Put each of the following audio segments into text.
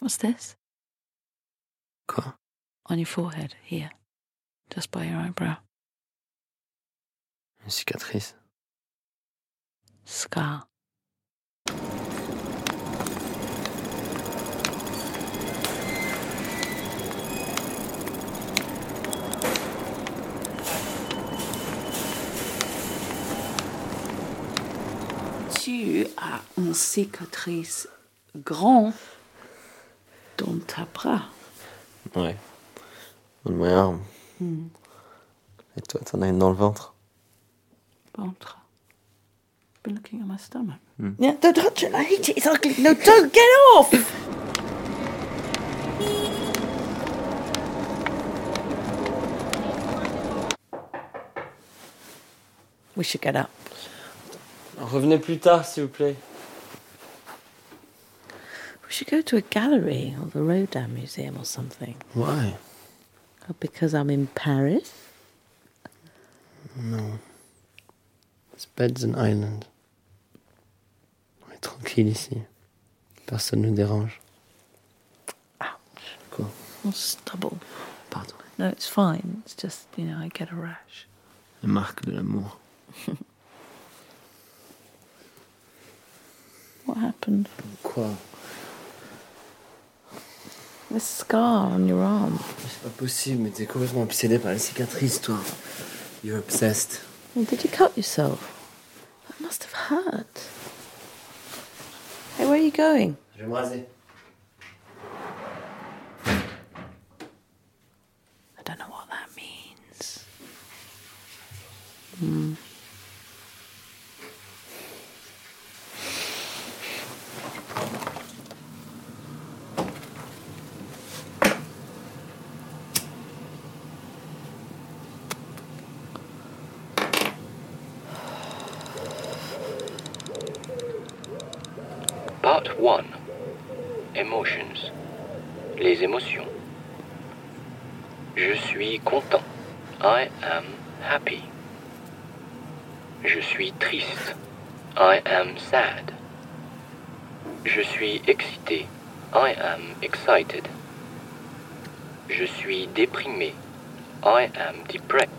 What's this? Quoi On your forehead, here. Just by your eyebrow. Une cicatrice. Scar. Tu as une cicatrice grande dans ta bras. Ouais. Dans le moyen arme. Hmm. Et toi, t'en as une dans le ventre. Ventre. Been looking at my stomach. No, no, don't you hate it. It's ugly. No, don't get off. We should get up. Revenez plus tard, s'il vous plaît. We should go to a gallery or the Rodin Museum or something. Ouais. Oh, because I'm in Paris. It's bed's an island. On est tranquille ici. Personne nous dérange. Quoi Or stubble. Pardon. No, it's fine. It's just, you know, I get a rash. La marque de l'amour. What happened? Quoi This scar on your arm. C'est pas possible, mais t'es complètement obsédé par la cicatrice, toi. You're obsessed. Well, did you cut yourself? That must have hurt. Hey, where are you going? Je vais me raser. I don't know what that means. Part 1 Emotions Les émotions. Je suis content. I am happy. Je suis triste. I am sad. Je suis excité. I am excited. Je suis déprimé. I am depressed.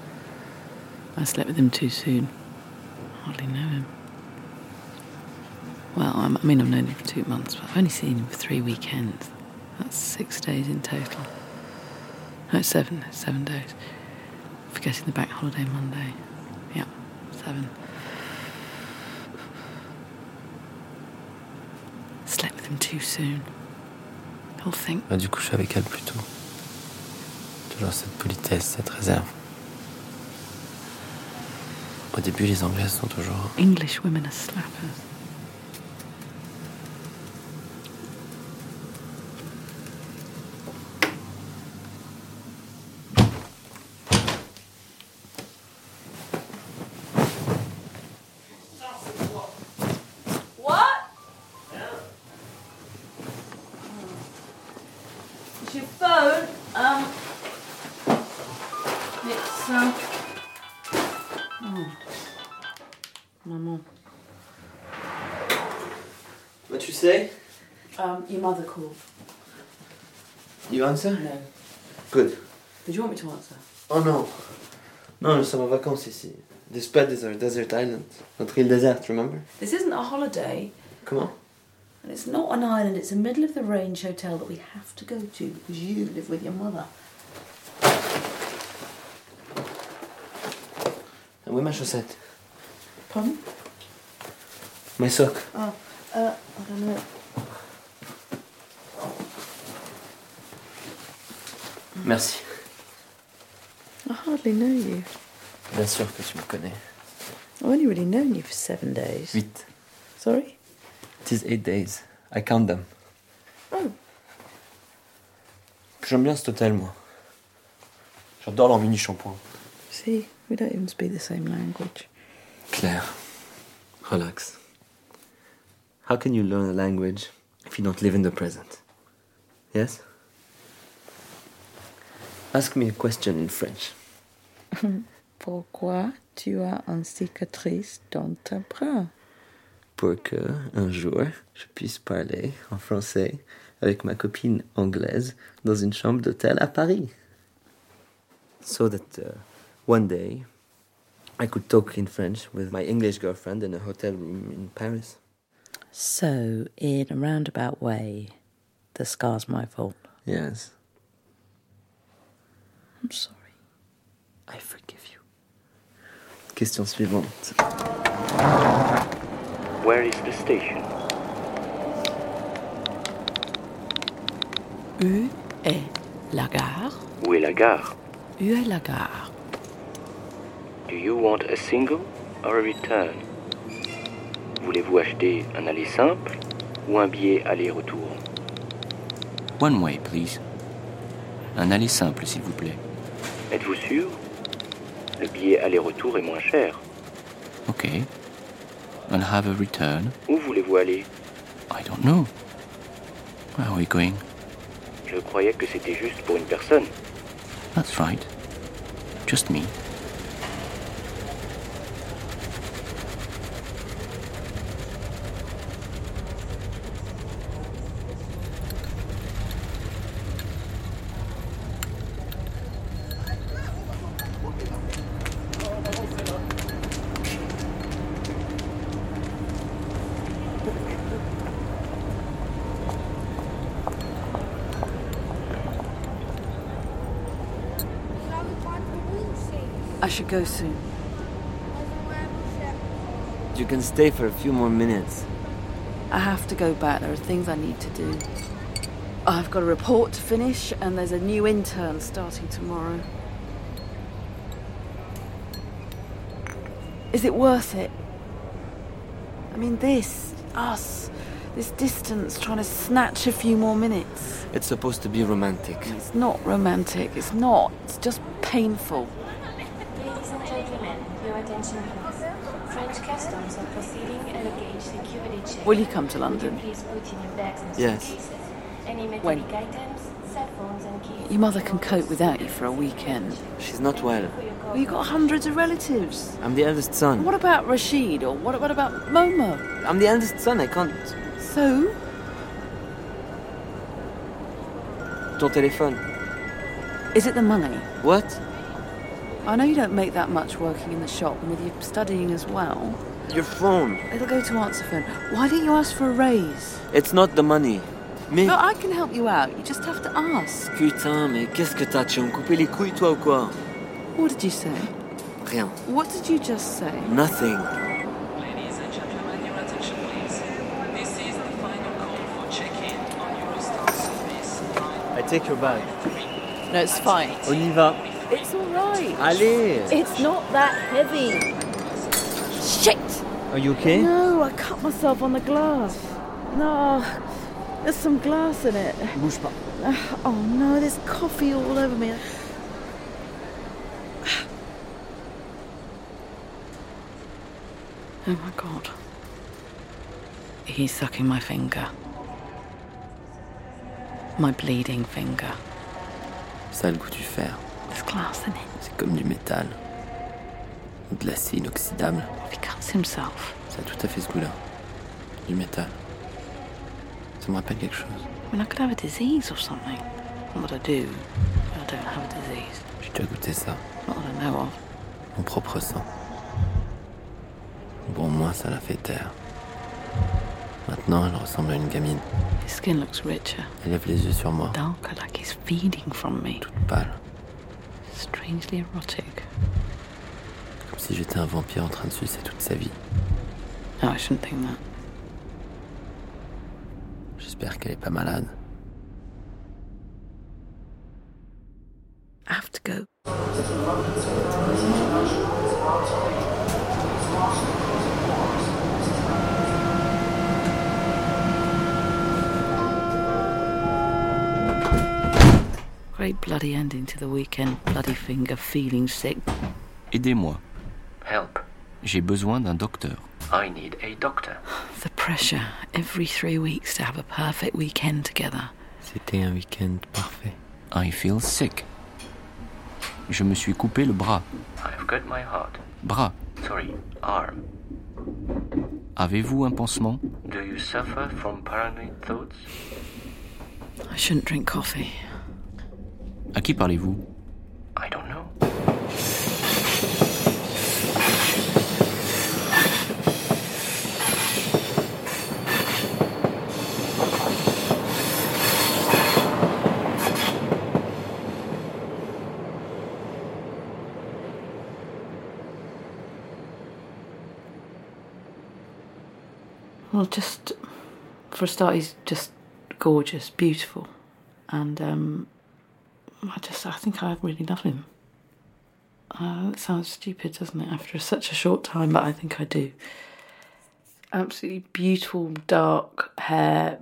I slept with him too soon. Hardly know him. Well, I'm, I mean, I've known him for two months, but I've only seen him for three weekends. That's six days in total. No, it's seven. It's seven days. Forgetting the bank holiday Monday. Yeah, seven. Slept with him too soon. Whole thing. Bah, du coup, je suis avec elle plus tôt. Toujours cette politesse, cette réserve. Au début, les Anglaises sont toujours. English women are slappers. It's your phone. Um, it's um. Maman. What you say Um, your mother called. You answer No. Good. Did you want me to answer? Oh non Non, nous sommes en vacances ici. This bed is our desert island. Notre île déserte, remember This isn't a holiday, Comment and it's not an island. It's a middle of the range hotel that we have to go to because you live with your mother. Ah Oui, ma chaussette. Pardon? Mes sock. Oh, uh, I don't know. Merci. I hardly know you. Bien sûr que tu me connais. I've only really known you for seven days. 8. Sorry? It is 8 days. I count them. Oh. J'aime bien cet hôtel, moi. J'adore leur mini shampoing. See, we don't even speak the same language. Claire, relax. How can you learn a language if you don't live in the present? Yes? Ask me a question in French. Pourquoi tu as une cicatrice dans ta bras? Pour que, un jour, je puisse parler en français avec ma copine anglaise dans une chambre d'hôtel à Paris. So that uh, one day I could talk in French with my English girlfriend in a hotel room in Paris. So, in a roundabout way, the scar's my fault. Yes, I'm sorry. I forgive you. Question suivante. Where is the station? U est la gare Où est la gare? U est la gare Do you want a single or a return? Voulez-vous acheter un aller simple ou un billet aller-retour? One way, please. Un aller simple, s'il vous plaît. Êtes-vous sûr? Le billet aller-retour est moins cher. OK. And have a return? Où voulez-vous aller? I don't know. Where are we going? Je croyais que c'était juste pour une personne. That's right. Just me. I should go soon. You can stay for a few more minutes. I have to go back. There are things I need to do. I've got a report to finish, and there's a new intern starting tomorrow. Is it worth it? I mean, this, us, this distance, trying to snatch a few more minutes. It's supposed to be romantic. It's not romantic, it's not, it's just painful. Ladies and gentlemen, your attention please. French customs are proceeding at a gauge security check. Will you come to Would you London? please put in your bags and Yes. suitcases? Any When? metallic items, cell phones and keys. Your mother can cope without you for a weekend. She's not well. Well, you've got hundreds of relatives. I'm the eldest son. What about Rashid or what, what about Momo? I'm the eldest son. I can't. So, Ton téléphone. is it the money? What? I know you don't make that much working in the shop and with you studying as well. Your phone. It'll go to answer phone. Why didn't you ask for a raise? It's not the money. Mais. Look, I can help you out. You just have to ask. Putain, mais qu'est-ce que t'as Tu vas me couper les couilles, toi ou quoi What did you say? Rien. What did you just say? Nothing. Ladies and gentlemen, your attention please. This is the final call for check-in on Eurostar service line I take your bag. No, it's fine. On y va. It's all right. Allez It's not that heavy. Shit! Are you okay No, Eh? I cut myself on the glass. No, there's some glass in it. Bouge pas. Oh no, there's coffee all over me. Oh my god. He's sucking my finger. My bleeding finger. Ça a le goût du fer. There's glass in it. C'est comme du métal. Ou de l'acier inoxydable. If he cuts himself, Ça a tout à fait ce goût-là. Du métal. Ça me rappelle quelque chose. I mean, I could have a disease or something. Not that I do. I don't have a disease. J'ai déjà goûté ça. Not that I know of. Mon propre sang. Bon, moi, ça la fait taire. Maintenant, elle ressemble à une gamine. His skin looks richer, Elle lève les yeux sur moi, darker, like he's feeding from me. toute pâle, Strangely erotic. comme si j'étais un vampire en train de sucer toute sa vie. No, I shouldn't think that. J'espère qu'elle est pas malade. I have to go. Great bloody ending to the weekend. Bloody finger, feeling sick. Aidez-moi. Help. J'ai besoin d'un docteur. I need a doctor. The pressure every three weeks to have a perfect weekend together. C'était un week-end parfait. I feel sick. Je me suis coupé le bras. I've got my heart. Bras. Sorry, arm. Avez-vous un pansement Do you suffer from paranoid thoughts? I shouldn't drink coffee. À qui parlez-vous I don't know. Well, just for a start, he's just gorgeous, beautiful, and um, I just I think I really love him. Uh, that sounds stupid, doesn't it? After such a short time, but I think I do. Absolutely beautiful, dark hair,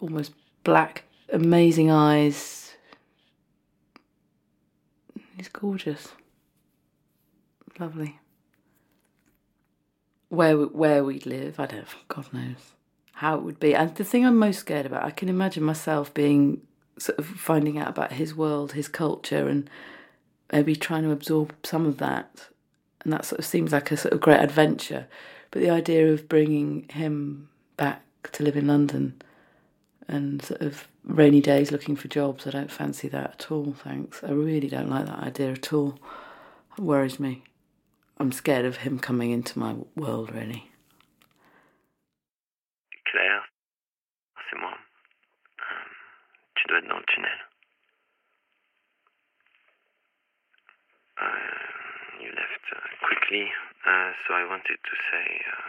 almost black, amazing eyes. He's gorgeous, lovely where we, where we'd live. I don't. God knows how it would be. And the thing I'm most scared about, I can imagine myself being sort of finding out about his world, his culture, and maybe trying to absorb some of that. And that sort of seems like a sort of great adventure. But the idea of bringing him back to live in London and sort of rainy days looking for jobs, I don't fancy that at all. Thanks. I really don't like that idea at all. It worries me. I'm scared of him coming into my world, really. Claire, c'est moi. Euh, tu dois être dans le tunnel. Uh, you left uh, quickly, uh, so I wanted to say uh,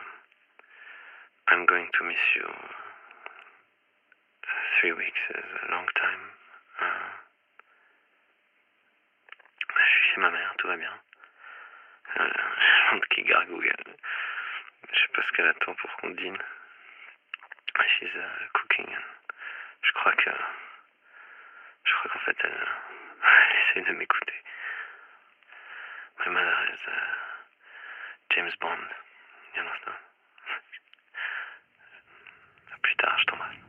I'm going to miss you. Uh, three weeks is a long time. Uh, je suis chez ma mère, tout va bien. Euh, la plante qui gargouille. Je sais pas ce qu'elle attend pour qu'on dîne. She's uh, cooking. Je crois que. Je crois qu'en fait, elle, euh, elle essaye de m'écouter. My mother is uh, James Bond. You understand? À plus tard, je t'embrasse.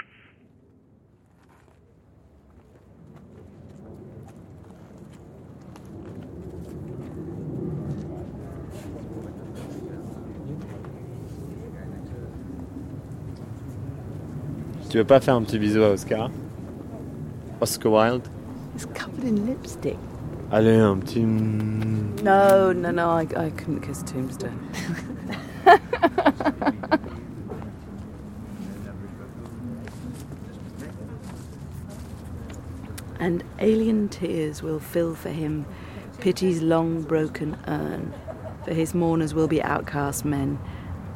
Tu veux pas faire un petit bisou à Oscar Oscar Wilde It's covered in lipstick. Allez, un petit. mm. No, no, no, I, I couldn't kiss Tombstone. and alien tears will fill for him pity's long broken urn, for his mourners will be outcast men,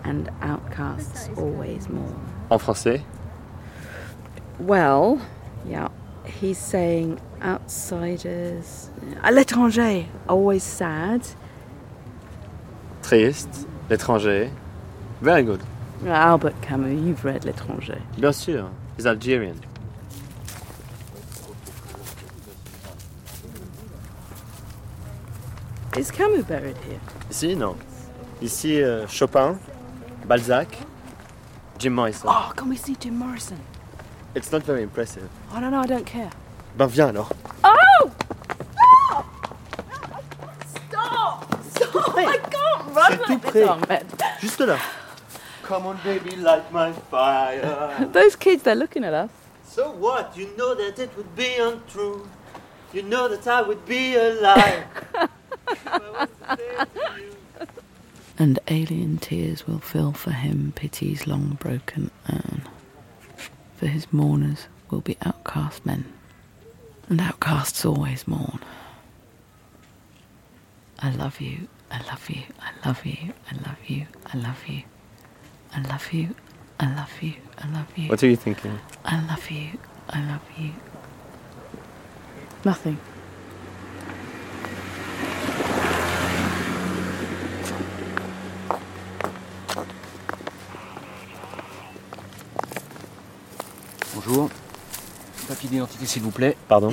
and outcasts always mourn. En français Well, yeah, he's saying outsiders, à l'étranger, always sad. Triste, l'étranger. Very good. Albert Camus, you've read L'étranger. Bien sûr, he's Algerian. Is Camus buried here? Ici, non. Ici, euh, Chopin, Balzac, Jim Morrison. Oh, can we see Jim Morrison? It's not very impressive. I don't know, I don't care. Ben viens alors. Oh! Stop! Stop! I can't run tout like prêt. this, Ahmed. Juste là. Come on, baby, light my fire. Those kids, they're looking at us. So what? You know that it would be untrue. You know that I would be alive. And alien tears will fill for him pity's long broken urn. For his mourners will be outcast men, and outcasts always mourn. I love you, I love you, I love you, I love you, I love you. I love you, I love you, I love you. What are you thinking? I love you, I love you. Nothing. Bonjour. Papier d'identité, s'il vous plaît. Pardon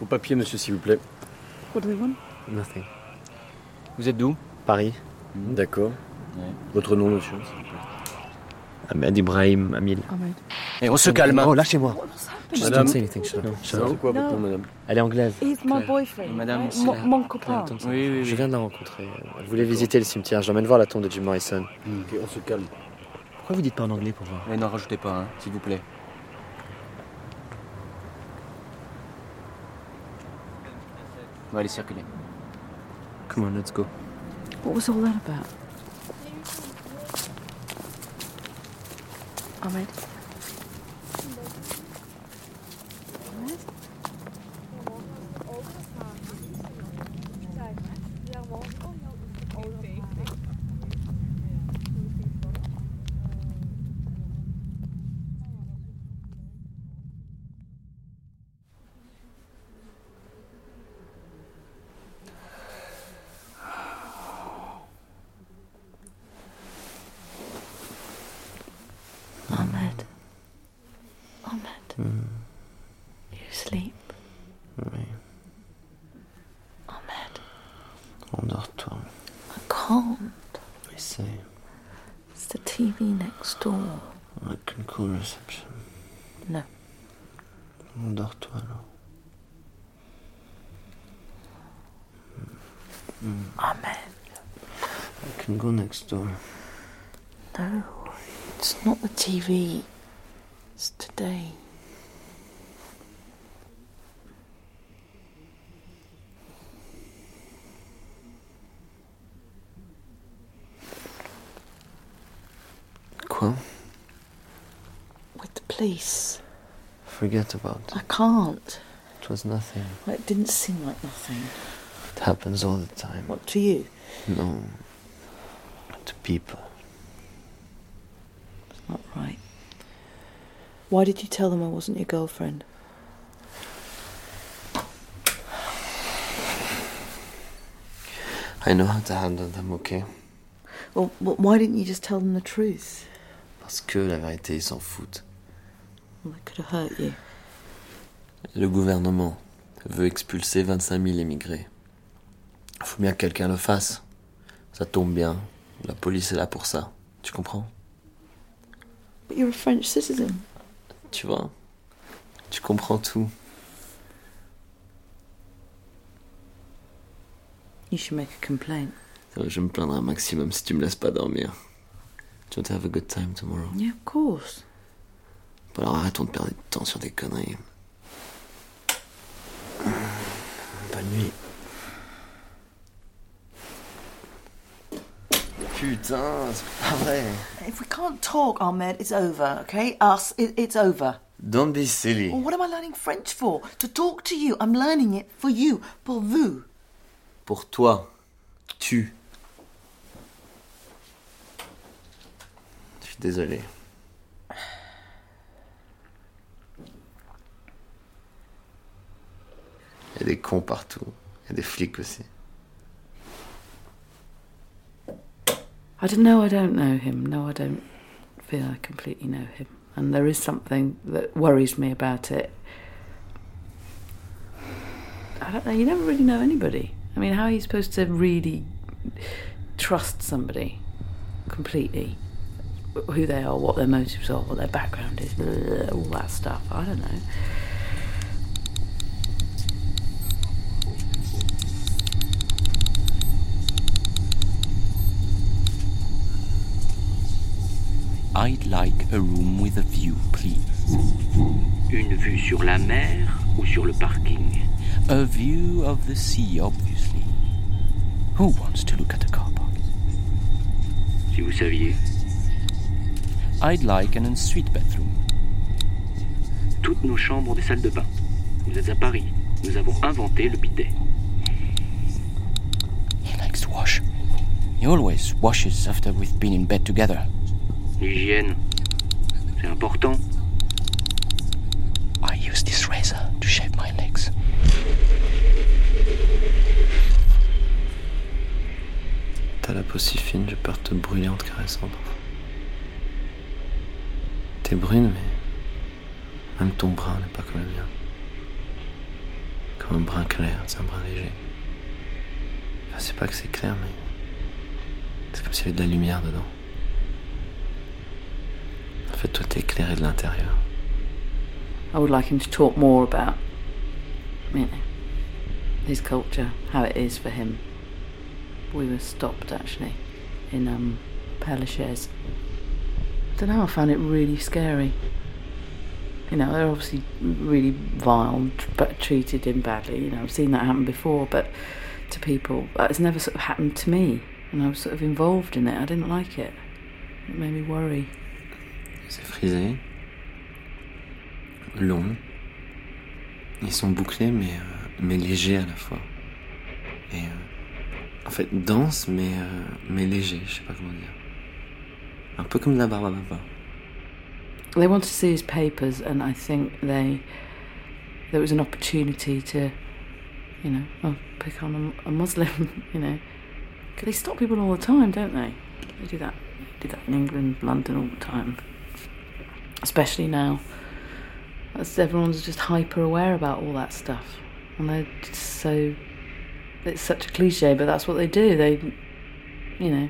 Vos papiers, monsieur, s'il vous plaît. What do they want? Nothing. Vous êtes d'où Paris. D'accord. Ouais. Votre nom, monsieur, s'il vous plaît. Ahmed Ibrahim Amil. Eh, on se calme. Oh, lâchez-moi. Just Madame. don't say Ah, C'est quoi votre nom, madame Elle est anglaise. He's my boyfriend. Madame, right? c'est Mon- la- mon copain. Oh, Oui, oui, oui. Je viens de la rencontrer. Elle voulait visiter le cimetière. J'emmène voir la tombe de Jim Morrison. Ok, on se calme. Pourquoi vous dites pas en anglais pour voir Mais n'en rajoutez pas, hein, s'il vous plaît. On va aller circuler. Come on, let's go. What was all that about? Ahmed? Ahmed? Ahmed. Ahmed. You sleep. Oui, Ahmed. endors-toi. I can't. Essaye. It's the TV next door. I can call reception. No. Endors-toi alors. Ahmed. I can go next door. No. It's not the TV. It's today. Quoi? With the police. Forget about it. I can't. It was nothing. Well, it didn't seem like nothing. It happens all the time. What to you? No. To people. It's not right. Why did you tell them I wasn't your girlfriend? I know how to handle them, ok? Well, wh- why didn't you just tell them the truth? Parce que la vérité, ils s'en foutent. Well, that could have hurt you. Le gouvernement veut expulser 25 000 immigrés. Faut bien que quelqu'un le fasse. Ça tombe bien. La police est là pour ça. Tu comprends? But you're a French citizen. Tu vois? Tu comprends tout. You should make a complaint. Euh, Je me plaindrai un maximum si tu me laisses pas dormir. Tu vas have a good time tomorrow. Yeah, of course. Bon, Alors arrêtons de perdre du temps sur des conneries. Bonne nuit. Putain, c'est pas vrai. If we can't talk, Ahmed, it's over, okay? Us, it, it's over. Don't be silly. Well, what am I learning French for? To talk to you. I'm learning it for you, pour vous. Pour toi, tu. Je suis désolé. Il y a des cons partout. Il y a des flics aussi. I don't know, I don't know him. No, I don't feel I completely know him. And there is something that worries me about it. I don't know, you never really know anybody. I mean, how are you supposed to really trust somebody completely? Who they are, what their motives are, what their background is, blah, blah, blah, all that stuff. I don't know. I'd like a room with a view, please. Une vue sur la mer ou sur le parking A view of the sea, obviously. Who wants to look at a car park? Si vous saviez, I'd like an ensuite bedroom. toutes nos chambres ont des salles de bain. Vous êtes à Paris. Nous avons inventé le bidet. He likes to wash. He always washes after we've been in bed together. L'hygiène, c'est important. I use this razor to shave my legs. T'as la peau si fine, j'ai peur de te brûler en te caressant. parfois. T'es brune, mais même ton brun n'est pas comme le mien. Comme un brun clair, c'est un brun léger. Enfin, c'est pas que c'est clair, mais c'est comme s'il y avait de la lumière dedans. En fait, toi, t'es éclairé de l'intérieur. I would like him to talk more about, you know, his culture, how it is for him. We were stopped actually in um, Père Lachaise. Don't know. I found it really scary. You know, they're obviously really vile, but treated him badly. You know, I've seen that happen before, but to people, but it's never sort of happened to me. And I was sort of involved in it. I didn't like it. It made me worry. C'est frisé, long. Ils sont bouclés mais, euh, mais légers à la fois. Et euh, en fait dense mais, euh, mais léger, je sais pas comment dire. Un peu comme de la barbe à papa. They wanted to see his papers, and I think they there was an opportunity to, you know, oh, pick on a, a Muslim. You know, 'Cause they stop people all the time, don't they? They do that. They do that in England, London, all the time. Especially now, as everyone's just hyper aware about all that stuff, and they're just so. It's such a cliche, but that's what they do. They, you know,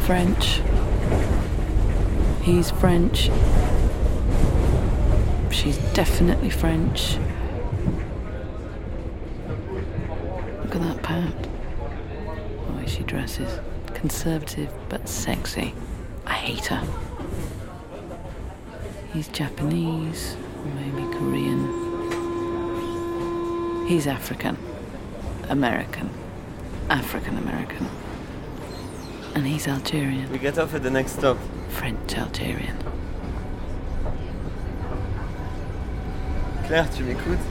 French. He's French. She's definitely French. Look at that pant. The way she dresses. Conservative but sexy. I hate her. He's Japanese, maybe Korean. He's African. American. African American. And he's Algerian. We get off at the next stop. French Algerian. Claire, tu m'écoutes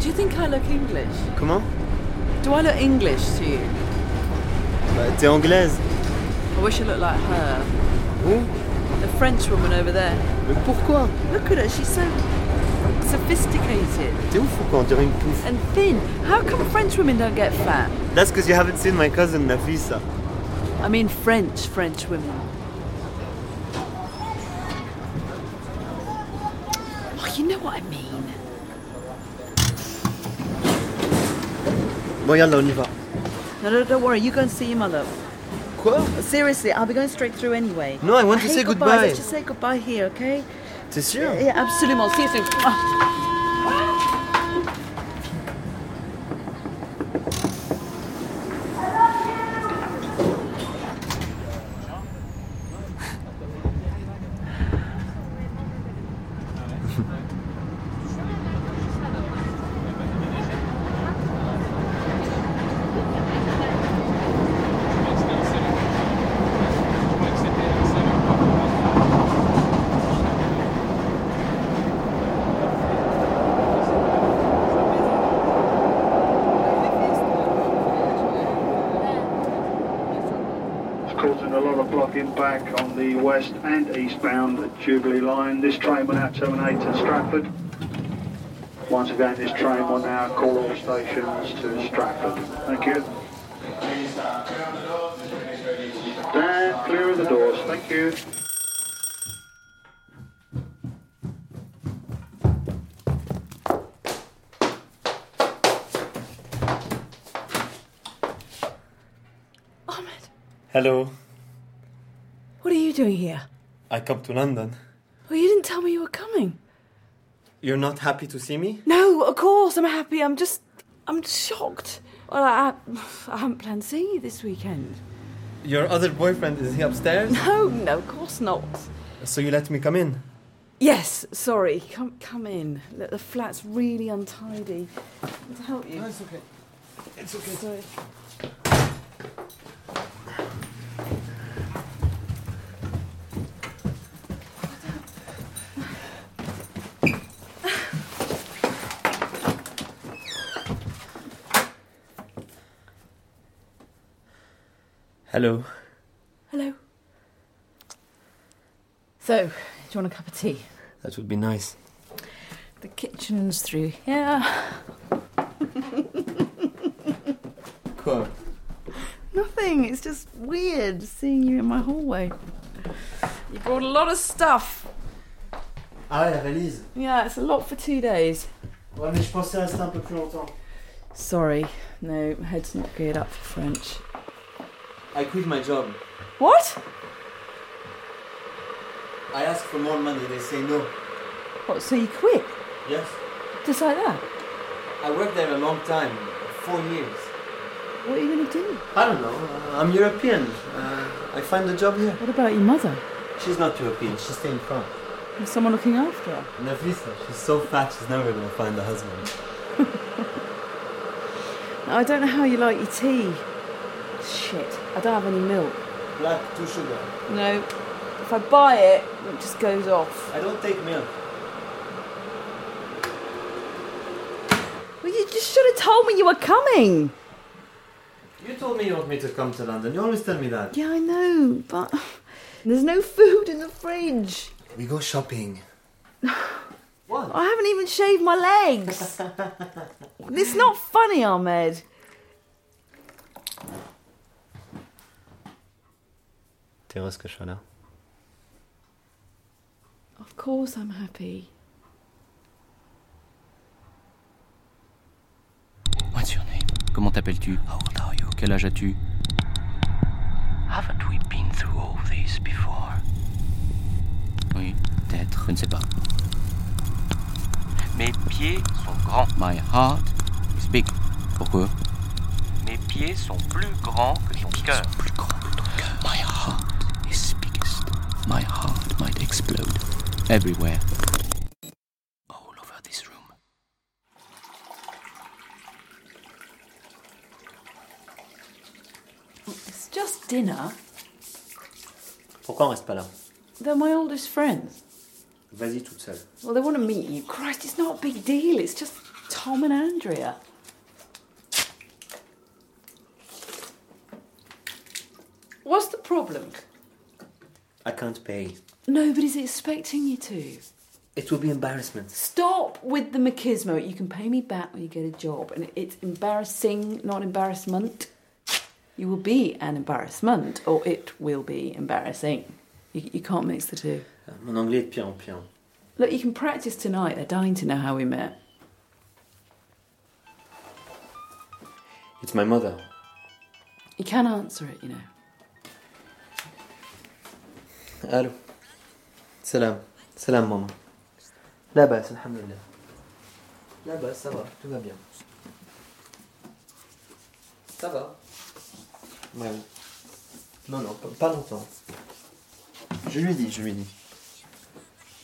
Do you think I look English? Comment Do I look English to you? Bah, T'es anglaise. I wish I looked like her. The French woman over there. Mais pourquoi Look at her, she's so sophisticated T'es ouf ou quoi On dirait une pouffe. and thin. How come French women don't get fat? That's because you haven't seen my cousin Nafisa. I mean, French, French women. Oh, you know what I mean. Bon, yalla, on y va. No, no, don't worry, you go and see your mother. Quoi? Seriously, I'll be going straight through anyway. No, I want to hate say goodbyes. goodbye. Let's just say goodbye here, okay? T'es sûr Yeah, absolutely. I'll see you soon. Ah. It's causing a lot of block impact on the west and eastbound Jubilee line. This train will now terminate at Stratford. Once again, this train will now call all stations to Stratford. Thank you. Dan, clear of the doors. Thank you. Hello. What are you doing here? I come to London. Well, you didn't tell me you were coming. You're not happy to see me? No, of course I'm happy. I'm just, I'm shocked. Well, I, I haven't planned seeing you this weekend. Your other boyfriend is he upstairs? No, no, of course not. So you let me come in? Yes, sorry. Come, come in. Look, the flat's really untidy. To help you. No, it's okay. It's okay. Sorry. Hello. Hello. So, do you want a cup of tea? That would be nice. The kitchen's through here. Quoi Nothing. It's just weird seeing you in my hallway. You brought a lot of stuff. Ah ouais, la valise. Yeah, it's a lot for two days. Ouais, mais je pensais rester un peu plus longtemps. Sorry, no, my head's not geared up for French. I quit my job. What? I asked for more money, they say no. What, so you quit? Yes. Just like that? I worked there a long time, four years. What are you going to do? I don't know. Uh, I'm European. Uh, I find a job here. What about your mother? She's not European. She's staying in France. Is someone looking after her? Nafisa, she's so fat she's never gonna find a husband. I don't know how you like your tea. Shit, I don't have any milk. Black, two sugar. No, if I buy it, it just goes off. I don't take milk. Well, you just should have told me you were coming. You told me you want me to come to London. You always tell me that. Yeah, I know, but there's no food in the fridge. We go shopping. What? I haven't even shaved my legs. it's not funny, Ahmed. T'es heureuse que je sois là Of course, I'm happy. What's your name? Comment t'appelles-tu? How old are you? Quel âge as-tu? Haven't we been through all this before? Oui, peut-être, je ne sais pas. Mes pieds sont grands. My heart is big. Pourquoi? Mes pieds sont plus grands que ton cœur. My heart is biggest. My heart might explode. Everywhere. All over this room. It's just dinner. Pourquoi on reste pas là They're my oldest friends. Vas-y toute seule. Well, they want to meet you. Christ, it's not a big deal. It's just Tom and Andrea. What's the problem? I can't pay. Nobody's expecting you to. It will be embarrassment. Stop with the machismo. You can pay me back when you get a job, and it's embarrassing, not embarrassment. You will be an embarrassment, or it will be embarrassing. You, you can't mix the two. Mon anglais est de pire en pire. Look, you can practice tonight. They're dying to know how we met. It's my mother. You can answer it, you know. Allô. Salam. Salam maman. Là-bas, alhamdulillah. Là-bas, ça va, tout va bien. Ça va Ouais. Non, non, pas- pas longtemps. Je lui dis, je lui dis.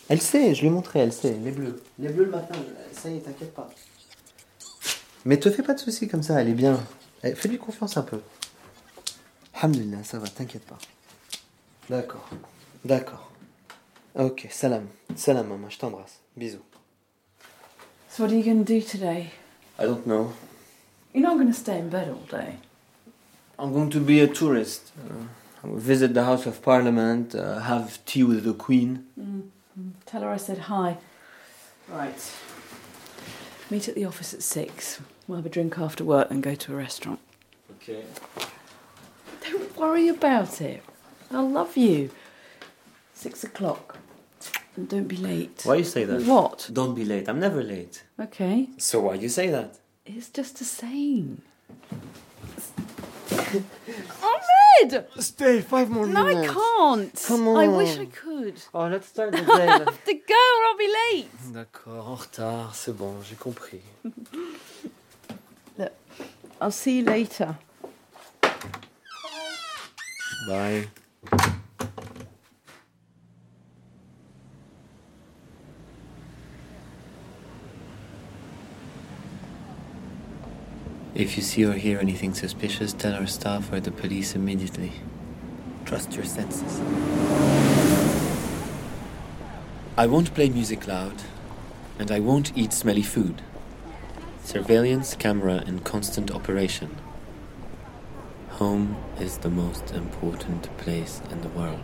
Elle sait, je lui ai montré, elle sait, les bleus. Les bleus le matin, ça y est, t'inquiète pas. Mais te fais pas de soucis comme ça, elle est bien. Eh, Fais-lui confiance un peu. Alhamdulillah, ça va, t'inquiète pas. D'accord, d'accord. Ok, salam. Salam, maman, je t'embrasse. Bisous. So, what are you going to do today? I don't know. You're not going to stay in bed all day. I'm going to be a tourist. Uh, I will visit the House of Parliament, uh, have tea with the Queen. Tell her I said hi. Right. Meet at the office at six. We'll have a drink after work and go to a restaurant. Okay. Don't worry about it. I love you. Six o'clock. And don't be late. Why you say that? What? Don't be late. I'm never late. Okay. So why you say that? It's just a saying. Ahmed! Stay five more no, minutes. I can't. Come I wish on. I could. Oh, let's start the I have to go or I'll be late. D'accord, en retard, c'est bon, j'ai compris. Look, I'll see you later. Bye. If you see or hear anything suspicious, tell our staff or the police immediately. Trust your senses. I won't play music loud, and I won't eat smelly food. Surveillance, camera, and constant operation. Home is the most important place in the world.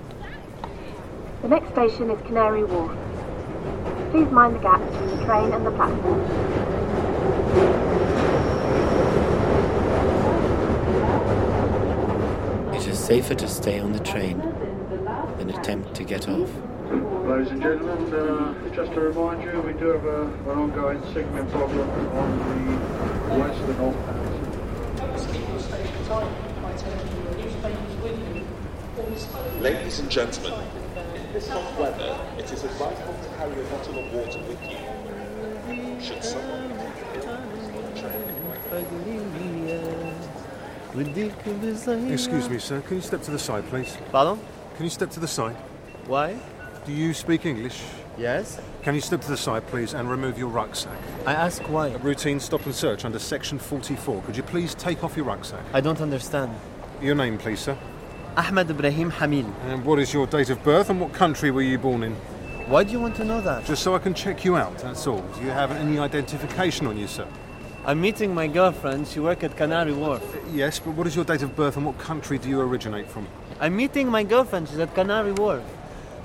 The next station is Canary Wharf. Please mind the gap between the train and the platform. It is safer to stay on the train than attempt to get off. Ladies and gentlemen, uh, just to remind you, we do have a, an ongoing signal problem on the west and northbound. Ladies and gentlemen, in this hot weather, it is advisable to carry a bottle of water with you. Should someone be taken ill on the train, Excuse me, sir. Can you step to the side, please? Pardon? Can you step to the side? Why? Do you speak English? Yes. Can you step to the side, please, and remove your rucksack? I ask why. A routine stop and search under section 44. Could you please take off your rucksack? I don't understand. Your name, please, sir. Ahmed Ibrahim Hamil. And what is your date of birth and what country were you born in? Why do you want to know that? Just so I can check you out, that's all. Do you have any identification on you, sir? I'm meeting my girlfriend. She works at Canary Wharf. Yes, but what is your date of birth and what country do you originate from? I'm meeting my girlfriend. She's at Canary Wharf.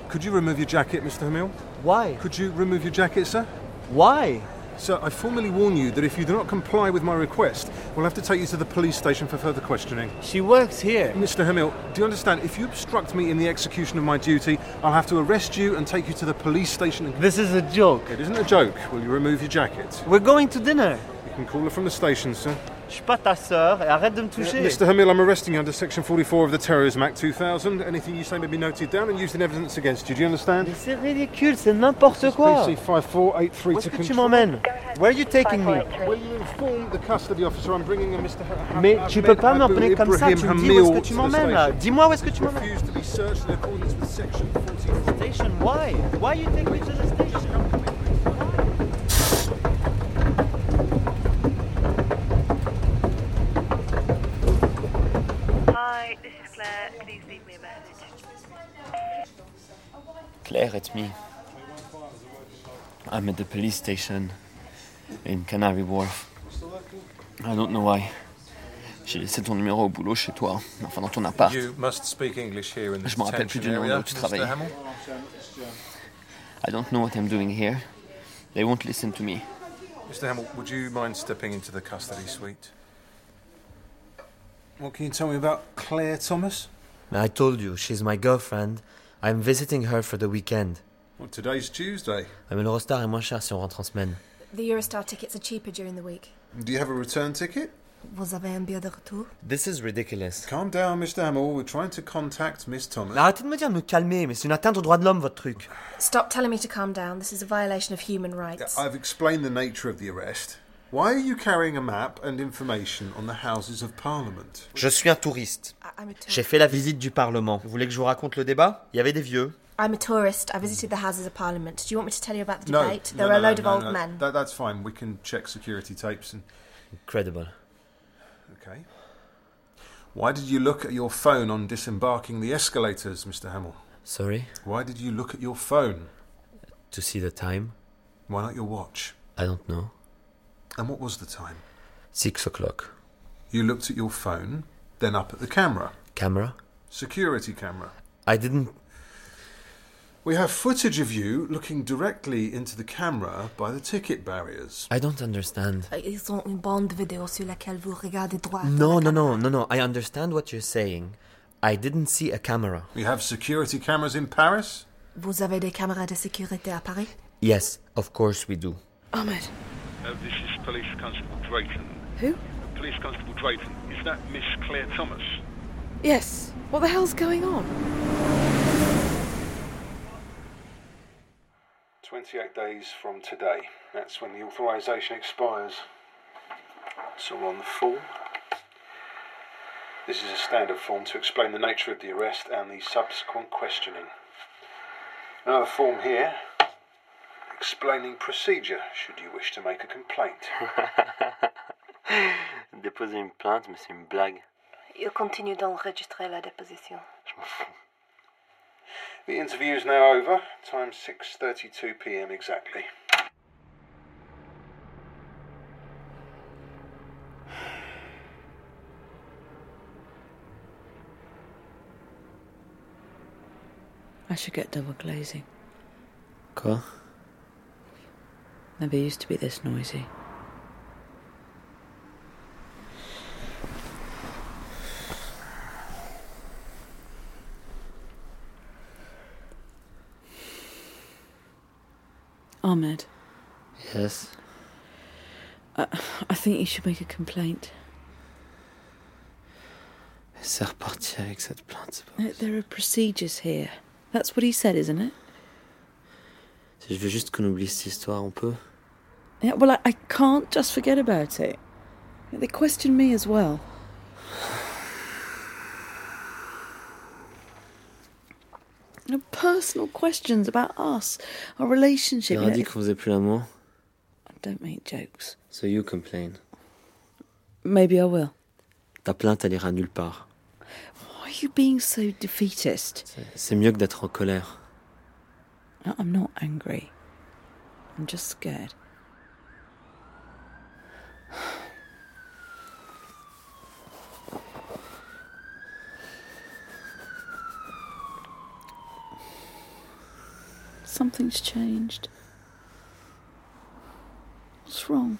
Could you remove your jacket, Mr. Hamil? Why? Could you remove your jacket, sir? Why? Sir, I formally warn you that if you do not comply with my request, we'll have to take you to the police station for further questioning. She works here. Mr. Hamill, do you understand? If you obstruct me in the execution of my duty, I'll have to arrest you and take you to the police station and. This is a joke. It isn't a joke. Will you remove your jacket? We're going to dinner. You can call her from the station, sir. Je suis pas ta sœur et arrête de me toucher. Mr. Hamil, I'm arresting you under Section 44 of the Terrorism Act 2000. Anything you say may be noted down and used in evidence against you. Do you understand? Mais c'est ridicule, c'est n'importe quoi. PC 5483 Où est-ce to que tu control- m'emmènes Where are you taking me Will you inform the custody officer I'm bringing a Mr. Ha- Ha- Mais tu Ahmed peux pas Abu m'emmener comme ça, Ibrahim tu me dis où est-ce Hamil que tu to the m'emmènes là. station. Dis-moi où est-ce que tu m'emmènes. Refuse to be searched in accordance with Section 44. Station, why Why you take me to the station Hi, this is Claire. Please leave me a message. Claire, it's me. I'm at the police station in Canary Wharf. I don't know why. J'ai laissé ton numéro au boulot chez toi, enfin dans ton appart. You must speak English here in the Je me rappelle plus detention du nom area, où tu Mr. travailles. Hamill. I don't know what I'm doing here. They won't listen to me. Mr. Hamill, would you mind stepping into the custody suite? What can you tell me about Claire Thomas? I told you, she's my girlfriend. I'm visiting her for the weekend. Well, today's Tuesday. Ah, mais le Eurostar est moins cher si on rentre en semaine. The Eurostar tickets are cheaper during the week. Do you have a return ticket? Vous avez un billet de retour? This is ridiculous. Calm down, Mr. Hamill. We're trying to contact Miss Thomas. Arrêtez de me dire de me calmer, mais c'est une atteinte aux droits de l'homme votre truc. Stop telling me to calm down. This is a violation of human rights. I've explained the nature of the arrest. Why are you carrying a map and information on the Houses of Parliament? Je suis un touriste. J'ai fait la visite du Parlement. Vous voulez que je vous raconte le débat Il y avait des vieux. I'm a tourist. I visited the Houses of Parliament. Do you want me to tell you about the No, debate? no, there no, are a no, load of no, old no. men. That, that's fine. We can check security tapes and. Incredible. Okay. Why did you look at your phone on disembarking the escalators, Mr. Hamill? Sorry? Why did you look at your phone? To see the time? Why not your watch? I don't know. And what was the time? Six o'clock. You looked at your phone, then up at the camera. Camera? Security camera. I didn't. We have footage of you looking directly into the camera by the ticket barriers. I don't understand. Euh, Ils ont une bande vidéo sur laquelle vous regardez droit. No, no, no, no, no. I understand what you're saying. I didn't see a camera. We have security cameras in Paris? Vous avez des caméras de sécurité à Paris? Yes, of course we do. Ahmed. Uh, this is Police Constable Drayton. Who? Police Constable Drayton, is that Miss Claire Thomas? Yes. What the hell's going on? 28 days from today. That's when the authorisation expires. It's all on the form. This is a standard form to explain the nature of the arrest and the subsequent questioning. Another form here explaining procedure should you wish to make a complaint. Déposer une plainte, mais c'est une blague. You continue d'enregistrer la déposition. The interview is now over. Time 6:32 p.m. exactly. I should get double glazing. Quoi Never used to be this noisy. Ahmed, Yes. I, I think you should make a complaint. C'est reparti avec cette plainte. Uh, There are procedures here. That's what he said, isn't it? Si je veux juste qu'on oublie cette histoire, on peut. Yeah, well, I, I can't just forget about it. They questioned me as well. No personal questions about us, our relationship. you Il leur a know, dit if- qu'on faisait plus l'amour. I don't make jokes. So you complain. Maybe I will. Ta plainte, elle ira nulle part. Why are you being so defeatist? C'est mieux que d'être en colère. I- I'm not angry. I'm just scared. Something's changed. What's wrong?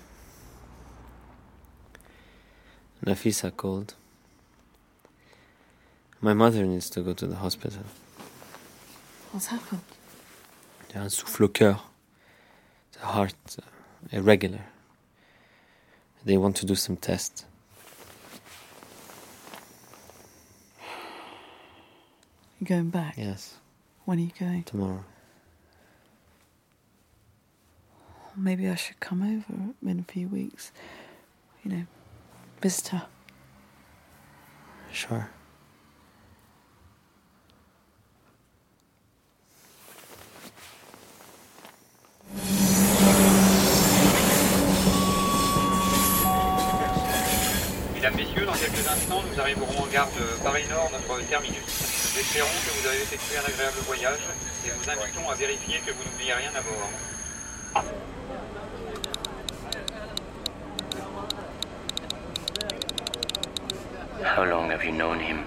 Nafisa called. My mother needs to go to the hospital. What's happened? Il y a un souffle au cœur. The heart uh, irregular. They want to do some tests. You're going back? Yes, When are you going? tomorrow. Maybe I should come over in a few weeks. You know, visit her. Sure. Mesdames, Messieurs, dans quelques instants, nous arriverons en gare de Paris-Nord, notre terminus. Nous espérons que vous avez effectué un agréable voyage et vous invitons à vérifier que vous n'oubliez rien à bord. How long have you known him?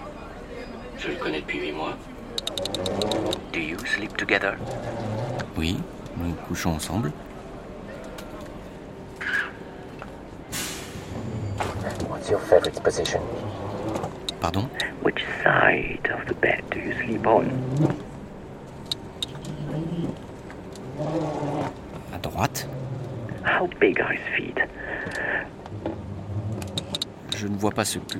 Je le connais depuis huit mois. Do you sleep together? Oui, nous couchons ensemble. What's your favorite position? Pardon Which side of the bed do you sleep on? À droite How big are his feet? Je ne vois pas ce que.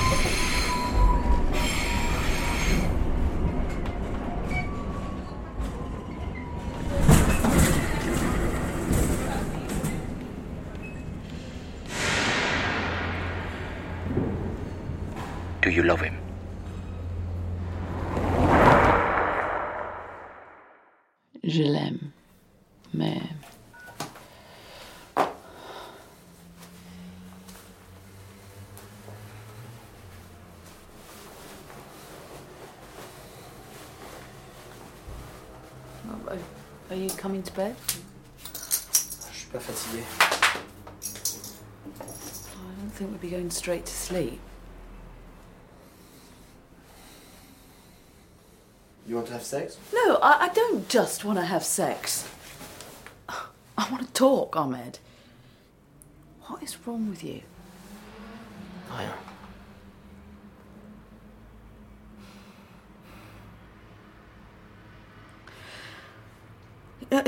Do you love him? Je l'aime, mais. Are you coming to bed? Je suis pas fatigué. I don't think we'd be going straight to sleep. You want to have sex? No, I, I don't just want to have sex. I want to talk, Ahmed. What is wrong with you? Rien. Uh,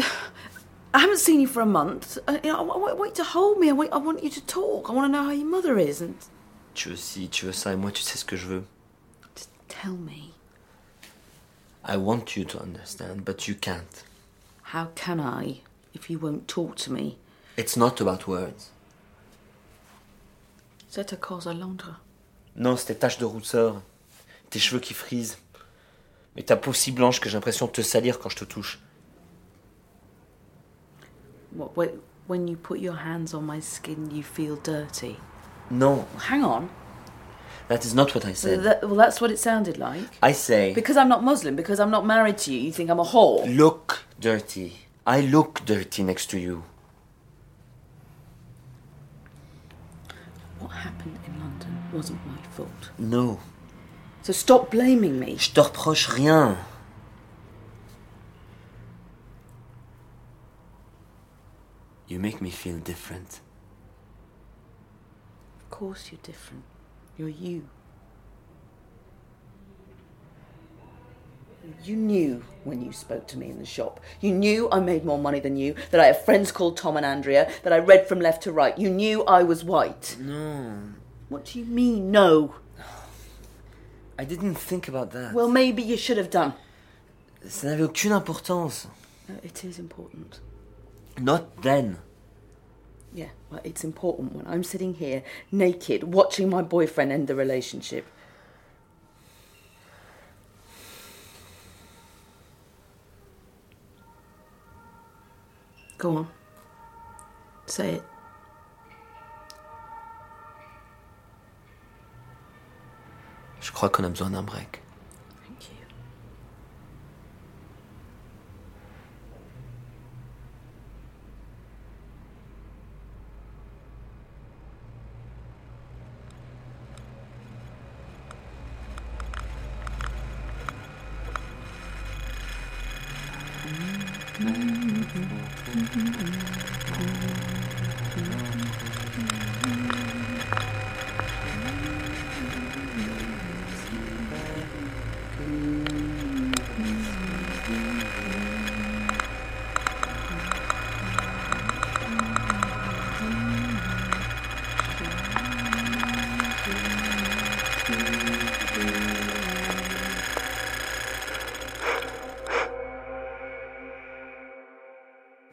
I haven't seen you for a month. Uh, you know, I, wa- wa- want you to hold me. I want, I want you to talk. I want to know how your mother is. And Tu veux ci, tu veux ça, et moi, tu sais ce que je veux. tell me, I want you to understand, but you can't. how can I if you won't talk to me? It's not about words. C'est à cause à Londres. Non, c'est tes taches de rousseur, tes cheveux qui frisent, mais ta peau si blanche que j'ai l'impression de te salir quand je te touche. What, when, when you put your hands on my skin, you feel dirty. Non, Hang on. that is not what I Well, said. that, well, that's what it sounded like. I say, Because I'm not Muslim, because I'm not married to you, you think I'm a whore. look dirty. I look dirty next to you. What happened in London wasn't my fault. No. So stop blaming me. Je te reproche rien. You make me feel different. Of course you're different. You're you. You knew when you spoke to me in the shop. You knew I made more money than you, that I have friends called Tom and Andrea, that I read from left to right. You knew I was white. No. What do you mean, no? I didn't think about that. Well, maybe you should have done. Ça n'avait aucune importance. No, it is important. Not then. Yeah, well, it's important when I'm sitting here naked watching my boyfriend end the relationship. Go on. Say it. Je crois qu'on a besoin d'un break.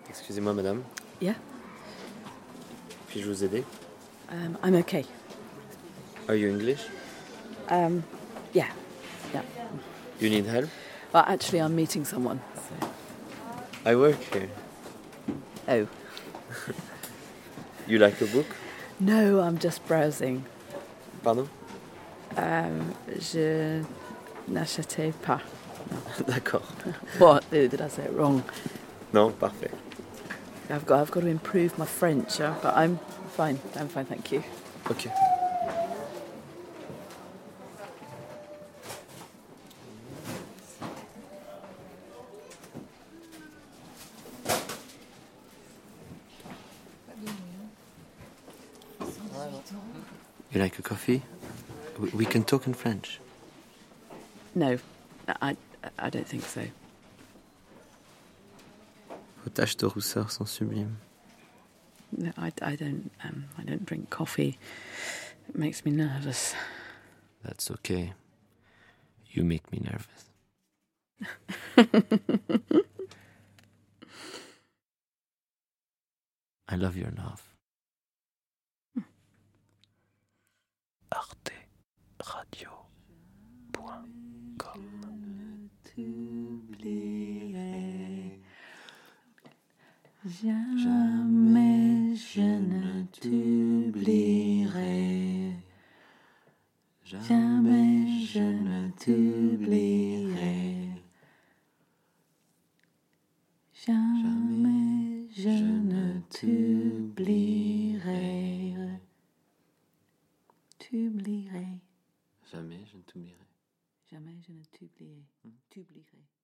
Excusez-moi, madame. Yeah. Puis-je vous aider Um, I'm okay. Are you English Um, yeah. Yeah. You need help Well, actually, I'm meeting someone. So. I work here. Oh. you like a book No, I'm just browsing. Pardon Um, je n'achetais pas. D'accord. What? Ew, Did I say it wrong? Non, parfait. I've got, I've got to improve my French, uh, yeah, but I'm fine. I'm fine, thank you. Ok. You like a coffee? We, we can talk in French. No, I, I don't think so. Vos taches de rousseur sont sublimes. No, I, I don't. Um, I don't drink coffee. It makes me nervous. That's okay. You make me nervous. I love your laugh. Jamais je ne t'oublierai. Jamais je ne t'oublierai. Jamais je ne t'oublierai. T'oublierai. Jamais je ne t'oublierai. Jamais je ne t'oublierai. T'oublierai.